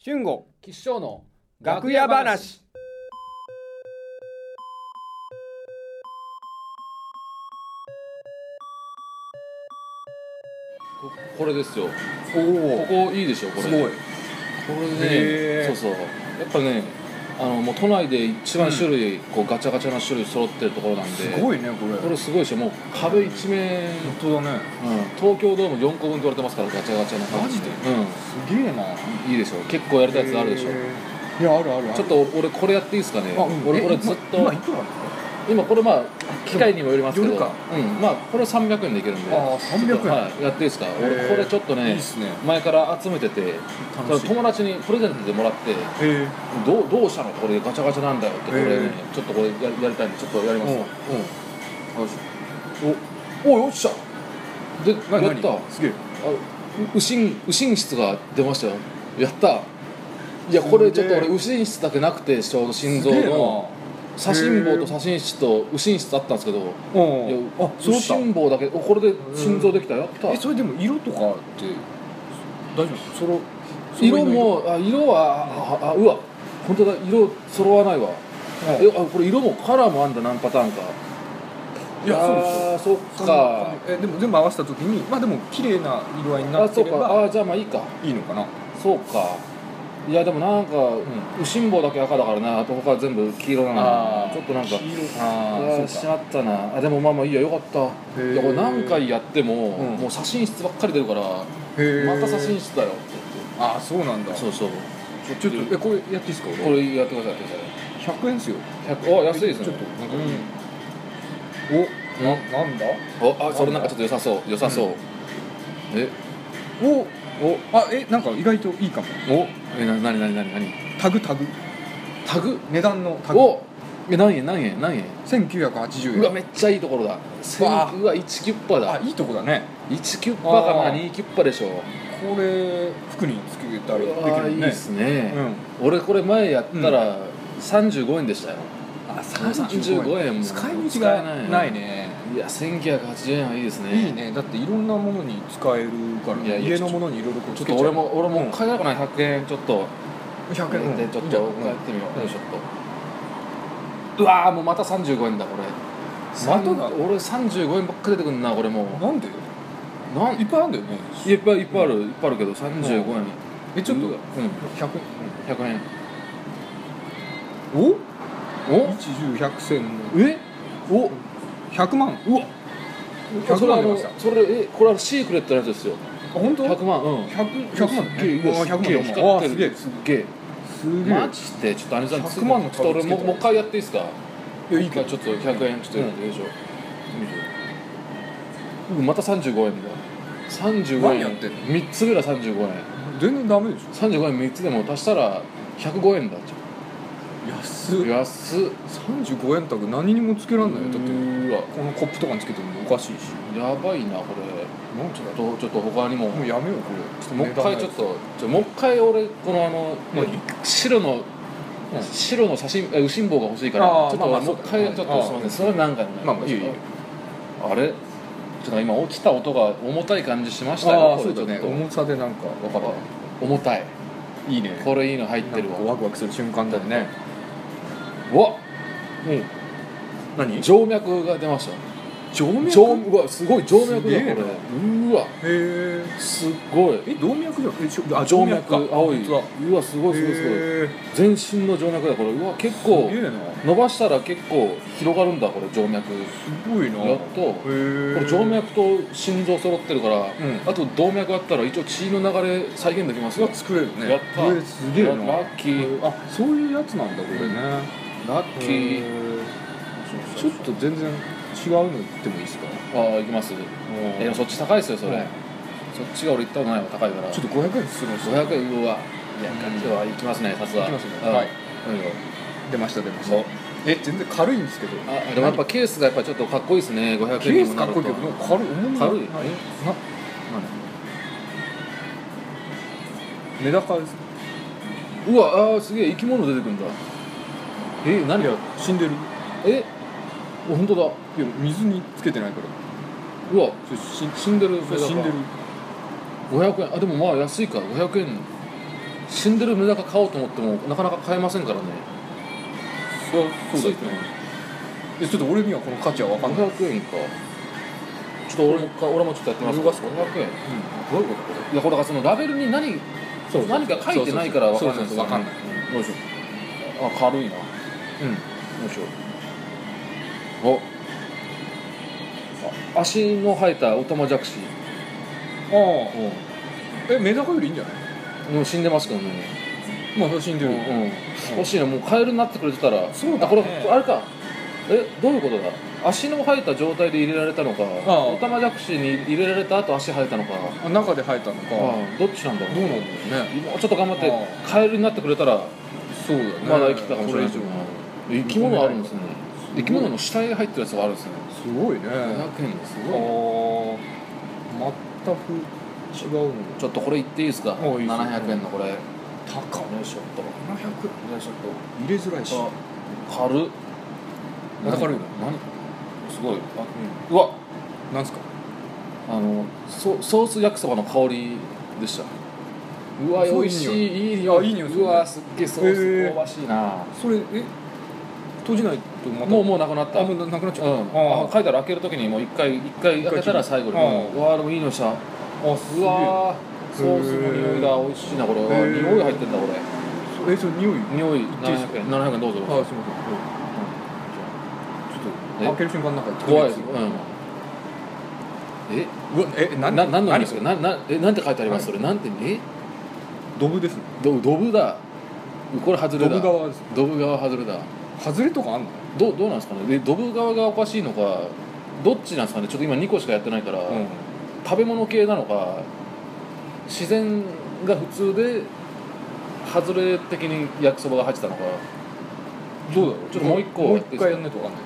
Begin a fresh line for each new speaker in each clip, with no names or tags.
俊吾
吉祥の
楽屋話
ここれですよ
お
ここいいでしょこれ
すごい
こ
へ
れ
ー
ねそうそうやっぱねあのもう都内で一番種類、こうガチャガチャな種類揃ってるところなんです
ごいねこれ
これすごいでしょもう壁一面、うん、
本当だね
東京ドーム4個分って言われてますからガチャガチャの感じ
マジですすげえない
うんいいでしょ結構やれたやつあるでしょ、
いやあるあるある
ちょっと俺これやっていいですかね
あうん
俺これ
え
ずっと
今今
今
いくらなんです
これまあ機械にもよりますけど
よるか
うんまあこれ300円でいけるんで
あー300円
ちょっとはい、やっていいですか
へ
俺
ー
これちょっと
か
ね
いいっすね
前から集めててそ
楽
の
しい
友達にプレゼントでもらって
へえ
どうどうしたのこれガチャガチャなんだよってこれね、
へー
ちょっとこれややりたいんでちょっとやります
うん
楽し
おおいおっしゃ
いで
何
やったあ
すげえ
右心右心室が出ましたよやったいやこれちょっと俺
すげえ
右心室だけなくてちょうど心臓
すげえな
の左心房と左心室と右心室あったんですけど、いや
うんあ
右
そうだ
心房だけおこれで心臓できたよやった
えそれでも色とかって大丈夫ですかその
色もあ色はああうわ本当だ色揃わないわ、
うん
えあこれ色もカラーもあんだ何パターンか
いやそうで
あーそっ
そんな
か
えでも全部合わせた時にまあでも綺麗な色合いにな
あ
っ
そ
て
う
れ
か
ば
あーじゃあまあいいか
いいのかな
そうかいやでもなんか、右心房だけ赤だからなあと他は全部黄色なの
ー
ちょっとなんか
黄色
あ
あ
ー
あ
し
そう
まったなあでもまあまあいいやよかった
ー
いやこれ何回やっても、
うん
もう写真室ばっかり出るからま
かへー
た写真室だよって
ああそうなんだ
言ってそうそう
ちょちょっとえこれやっていいですか
こ
俺
れやってくださいやってく
100円ですよ
ださい100お安いですね
ちょっとなんか
うん
おななんだ
おあそれなんかちょっと良さそう良さそう、え
おおあえなんか意外といいかも
おえな何何何何
タグタグ
タグ
値段のタグ
おえ何円何円何円
1980円
うわめっちゃいいところだ千
わあ
うわ1キュッパ
あ
だ
いいとこだね
1キュッパかな
あー
2キュッパでしょ
これ服につけた
あ
りできる
ー
も
い
ん
い
ね
ですね
う、ん
俺これ前やったら35円でしたよ、
あ
35円も
使い道
使えない
が
ね
ないね
いや1980円はいいですね
いいねだっていろんなものに使えるから
いやいや
家のものにいろいろこう
ち
つ
ょっ
け
と
ちゃ
俺
う
も俺も買えなくない100円ちょっと
100円
でちょっとやってみよう、
うん
よいしょっとうわーもうまた35円だこれまた
だ
俺35円ばっか出てくんなこれもう
なんで
なん
いっぱいあるんだよね
いっぱいいっぱいある、いっぱいあるけど35円、
えちょっと
うわうん
100
100円
お
お
10100千の
えお
100万
うわ
100万出ました
それあのそれえこれはシークレットのやつですよ
あ本当
100万うん
100 100万だ
すっげえ
ね
うわ
あー
すっげえ
100万だ
光
あー
っ
す
て
げ
る
え
すっげえ
すげえ
マジでちょっとあれさん
100万の
ちょっと俺も
株つけてる
もう一回やっていいですか
いやいいけど
ちょっと100円ちょっとやってよいしょ、よいしょうんまた35円だ35
何
円
やってんの
3つぐらい35円
全然ダメでし
35円3つでも足したら105円だ
ょ安っ
安っ
35円卓何にもつけらんないよだって
うわ
このコップとかにつけてもおかしいし
やばいなこれ
なんちょっ
ちょっとちょっと他にも
ともうやめようこれ
もう一回ちょっとちょもう一回俺このあの
何
白の
うん
白の写真え右心房が欲しいからち
あ
ょ
ー
っと
まあまあ
もう一回
そう
ち
だ
ょ
ね
っとすみませんそれは何回もない
まあまあいいよいいよ
あれちょっと今起きた音が重たい感じしました
あ
よ
あそうだね
これちょっ
重さでなんか分か
と
る
あ重たい
いいね
これいいの入って
なん
る
か
わ
ワクワクする瞬間だよね
うわ
うん何
静脈が出ましたよ
静脈
静うわすごい静
すげ
脈だこ
え
れ
な
うわ
へえ
すっごい
え動脈じゃんえちょあ
あ静脈
か
青い
実は
うわすごいすごいすごい
へえ
全身の静脈だこれうわ結構
すげえな
伸ばしたら結構広がるんだこれ静脈
すごいな
やっと
へえ
これ静脈と心臓揃ってるから、
ん
あと動脈あったら一応血の流れ再現できますよ
が作れるね
やった
えすげえな
ラッキー
あそういうやつなんだこれね
ラッキ
へえ
ー
ち
ち
ょ
ょ
っ
っ
と全然違うの言ってもいいですか
とああ行きますえでもそっち高いですよそれ、
うん
そっちが俺行ったことないわ高いから
ちょっと500円するんですよ
500円うわいや今日は行きますねさすが
行きますね
うん
はい
うん
出ました出まし
お
たえ全然軽いんですけど
あでもやっぱケースがやっぱちょっとかっこいいですね500円
ケー
に
ス
も
か
なる
っ
と
こいいけど軽い重みが
軽い
な
え
なメダカです
何うわあーすげえ生き物出てくるんだえ何
いや死んでる
えお本当だ
いや水につけてないから
うわ
それ死ん
死んでる
それ死んでる
500円あでもまあ安いか500円死んでるメダカ買おうと思ってもなかなか買えませんからね
そうそうだよねえちょっと俺にはこの価値は分かんない、うん、ど
500円かちょっと俺もか俺もちょっとやってみます
動かす
500
うい
円
うことこれ
いやこれだからそのラベルに何
そうそう
何か書いてないから分かんない
そうそうそう分かんない
いよいしょあ軽いなよ
うん
いしょああ足の生えたオタマジャクシ
あ
う
あえメダカよりいいんじゃない
んもう死んでますけどね
まあ死んで
う
る、
んうん欲しいなもうカエルになってくれてたら
そうだね
あこれあれかえどういうことだ足の生えた状態で入れられたのか
ああ
オタマジャクシに入れられた後足生えたのか
あ中で生えたのか
ああどっちなんだろう
どうなんだろうね
もうちょっと頑張って
あ
カエルになってくれたら
そうだね
まだ生きてたかもしれない
こ
け
以上
どな生き物あるんですね
すごい
生き物の死体が入ってるやつがあるんですね
すごいね
500円です
あ
ごいね
あ全く違うの
ちょっとこれいっていいですか
おういいですよ
700円のこれよ
高っ
いしょっ
700
とよいしょっ
入れづらいし
とあ軽っ
また軽いの
何すごいあ
う
うわ
んなんすか
あのソソース焼きそばの香りでしたうわ
そう
美
いい匂い
味しいいい
あいい匂いする
う
ね
わすっげえソー
へ
ス
え
香ばしいな
それえ閉じないとまた
もうもうなくなった
あもうななくなっちゃ
う、
うん
あ
あ
書いたら開けるときにもう一回一回開けたら最後にもううわーでもいいのした
あす
う
げえ
わーソースの匂いだ美味しいなこれ
へ
は
ー
匂い入ってんだこれ
えその匂い
匂い
っていいです
700
か
円700円どう
あすいませんうんちょ
ぞ
っと
え
開ける瞬間なんか
怖いです
う
うん
わ
え
え
な
何
な何の匂いです
か
かななえなんて書いてありますそれなんてえ
ドブですね
どドブだこれ外
ド
れだ
ブ側です
ドブ側外れだ
外れとかあんの
どうどうなんですかねでドブ側がおかしいのかどっちなんですかねちょっと今2個しかやってないから、
うん
食べ物系なのか自然が普通で外れ的に焼きそばが入ってたのか
どうだろう
ちょっともう一個
もう
や
一
っていいですか
回やんないとわかんない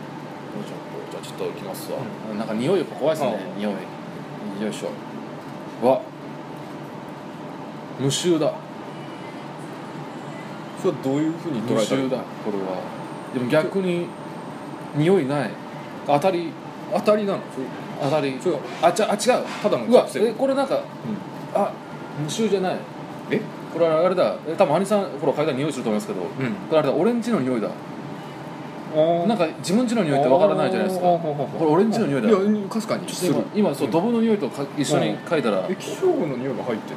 じゃあちょっと行きますわ、なんか匂いやっぱ怖いですね
う
匂いよいしょわ無臭だ
それはどういうふうに捉えた
無
らい
臭
い
だこれはでも逆に匂いない当たり
当たりなの
当たり
それは
あちゃあ違う
ただの
う
カ
わ
プセル
えこれなんかあ無臭じゃない
え
これはあれだえ多分兄さんほら嗅いだら匂いすると思いますけどこ
うん
れあれだオレンジの匂いだ
あ
なん
か
か自分ちの匂いってわからないじゃないですか
こ
れオレンジの匂いだよ
やかすかにす
ちょっと
る
今今そうドブの匂いとか一緒に嗅いだらこ
え気象の匂いが入って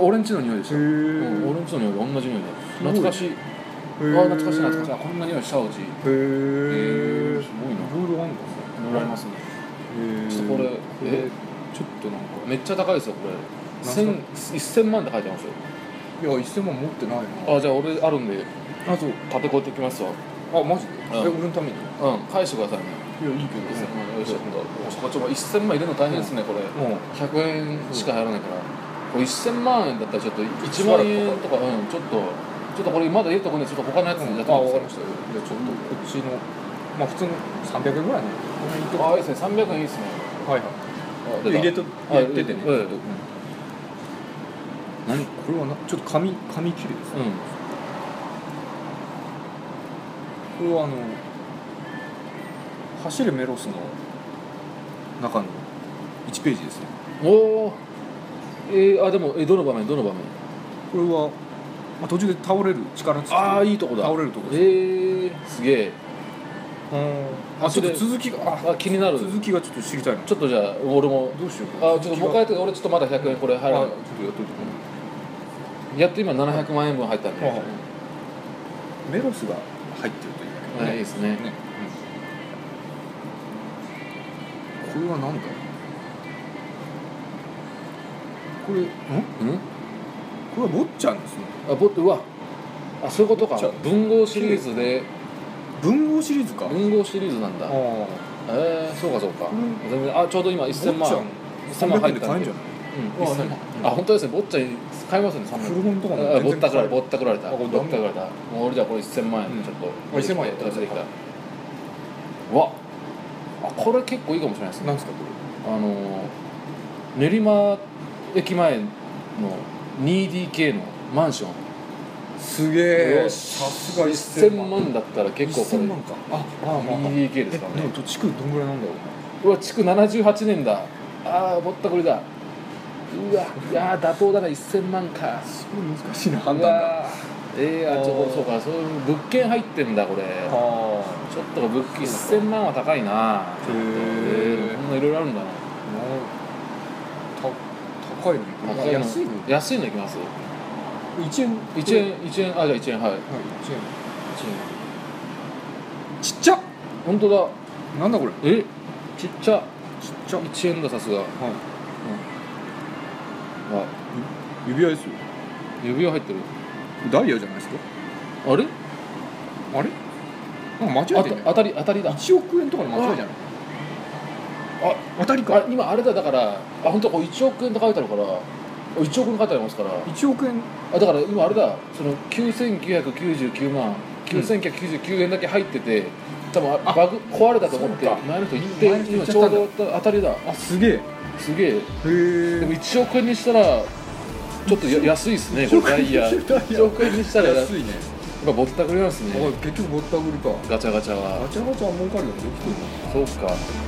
れオレンジの匂いでしたうん
るの
オ
へ
レンジの匂い同じ匂いだよ
すごい
懐かしいあ
え
ー懐かしい懐かしいあこんな匂いしたうち
へ
え
え
ーすごいな
ルールあんだ
もらえますね
へえ
ちょっとこれえ
ちょっとなんか
めっちゃ高いですよこれ
すか
1000 1000万って書いてますよ
いや1000万持ってないな
あじゃあ俺あるんで
あそう
立てこってきますわ
あマジでえ
うん
俺のためにいや
うん返してくださいね
いいけど
1000万よいしょっとおそこちょっと1000万入れるの大変ですねこれ
うん
100円しか入らないから、これ1000万円だったらちょっと1万円とか、うん、ちょっとちょっとこれまだ入れとこねちょっと他のやつにやって
あ、わ
も
かり
いい
ま
で
し
す
たよ。じゃあちょっとこっちの、まあ普通の300円ぐらいの。
かああいいですね300円いいですね
はいはい。
出た
入れと
あ
やっててね。
う
ちょっとう
ん
ん何これはなちょっと紙紙切れですね。
う
これはあの走るメロスの中の1ページですね。
んおおえー、あでもえどの場面どの場面
これはまあ途中で倒れる力つき。
ああ
い
いいとこだ
倒れるとこ
え
です。
ー、すげえ
あ、ちょっと
それ
続きがあ
あ気になる
続きがちょっと知りたいな。
ちょっとじゃあ俺も
どうしようか。
あちょっともう一回やって俺ちょっとまだ100円これ入ら
あ
な
ちょっとやっといて。
いやっと今700万円分入ったんで、
はいはいメロスが入ってるという
はいいいですね
ね、これは何だこれん
うん
これは坊ちゃんですね
あぼうわあそういうこと
ちょ
か文豪シリーズで
文豪シリーズか
文豪シリーズなんだ
ああ
ええそうかそうか、
うん
全然あちょうど今1000
坊ちゃん300
万1000万入
円
っ
で
た
買えん
で
じゃない
うん
1000万
あ本当ですねぼっちゃん買いますね3
古本とかも
万あぼ
全
っ
然
たくら
買え
れぼったくられた
あ
ぼ
これ
っ
ダメ
たくられたもう俺じゃあこれ1000万円ちょっと、
うんあ1000万円やった
出てきたうわあこれ結構いいかもしれないですね
なんですかこ
あのー練馬駅前の 2DK のマンション、
れすげ
よ
え
し
さすが
1000
1000万
万だったら結構こ
1000万
れ
かああまあまあ
2DK ですからね
えでも地区どんぐらいなんだろう
うわ築78年だああぼったくりだうわいやー妥当だが1000万か
すごい難しいな
う
判断が
わーええあちょ
おー
そうかそういう物件入ってんだこれち
は
ょっと物件1000万は高いな
へー
えこんないろいろあるんだな
あた高いの行く安いの
安いのいきます
1円
1円1円あじゃあ1円はい1円
はい1円ちっちゃ
本当だ
なんだこれ
えちっちゃ
ちっちゃ
1円ださすが、は
はい
い、
指輪ですよ
指輪入ってる
ダイヤじゃないですか
あれ
あれなんか間違
あ
えてんじゃ
た当たり当たりだ
ない1億円とかの間違いじゃない
あ
当たり
あ
か
今あれだだからあ本当こう1億円って書いてあるから1億円って書いてありますから
1億円
あだから今あれだその9999万9999円だけ入ってて、多分あバグ壊れたと思って
そうか
前の人行っ
前の
て
人行
今
っちゃ
ちょ
った
うん
だ
ど当たりだ
あすげえへ
すげえでも
え
1億円にしたらちょっとや安いですねこれダイヤ1
1
億円にしたらやっ
安いね
ぱぼったくりなんですね
あ結局ぼったくりか
ガチャガチャは
ガチャガチャは儲かるよねできてる
そうか